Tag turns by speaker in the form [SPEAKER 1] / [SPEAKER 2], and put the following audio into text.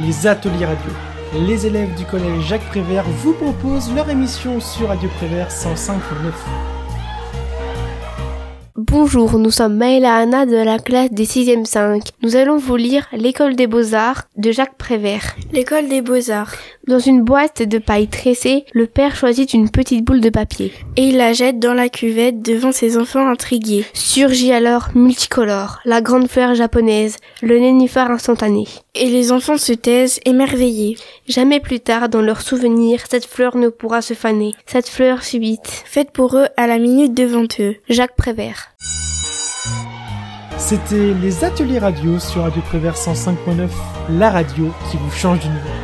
[SPEAKER 1] les ateliers radio. Les élèves du collège Jacques Prévert vous proposent leur émission sur Radio Prévert 105.9.
[SPEAKER 2] Bonjour, nous sommes Maëla Anna de la classe des 6e 5. Nous allons vous lire L'école des beaux-arts de Jacques Prévert.
[SPEAKER 3] L'école des beaux-arts.
[SPEAKER 2] Dans une boîte de paille tressée, le père choisit une petite boule de papier.
[SPEAKER 3] Et il la jette dans la cuvette devant ses enfants intrigués.
[SPEAKER 2] Surgit alors multicolore, la grande fleur japonaise, le nénuphar instantané.
[SPEAKER 3] Et les enfants se taisent, émerveillés.
[SPEAKER 2] Jamais plus tard, dans leurs souvenirs, cette fleur ne pourra se faner. Cette fleur subite.
[SPEAKER 3] Faite pour eux à la minute devant eux.
[SPEAKER 2] Jacques Prévert.
[SPEAKER 1] C'était les ateliers radio sur Radio Prévert 105.9, la radio qui vous change d'univers.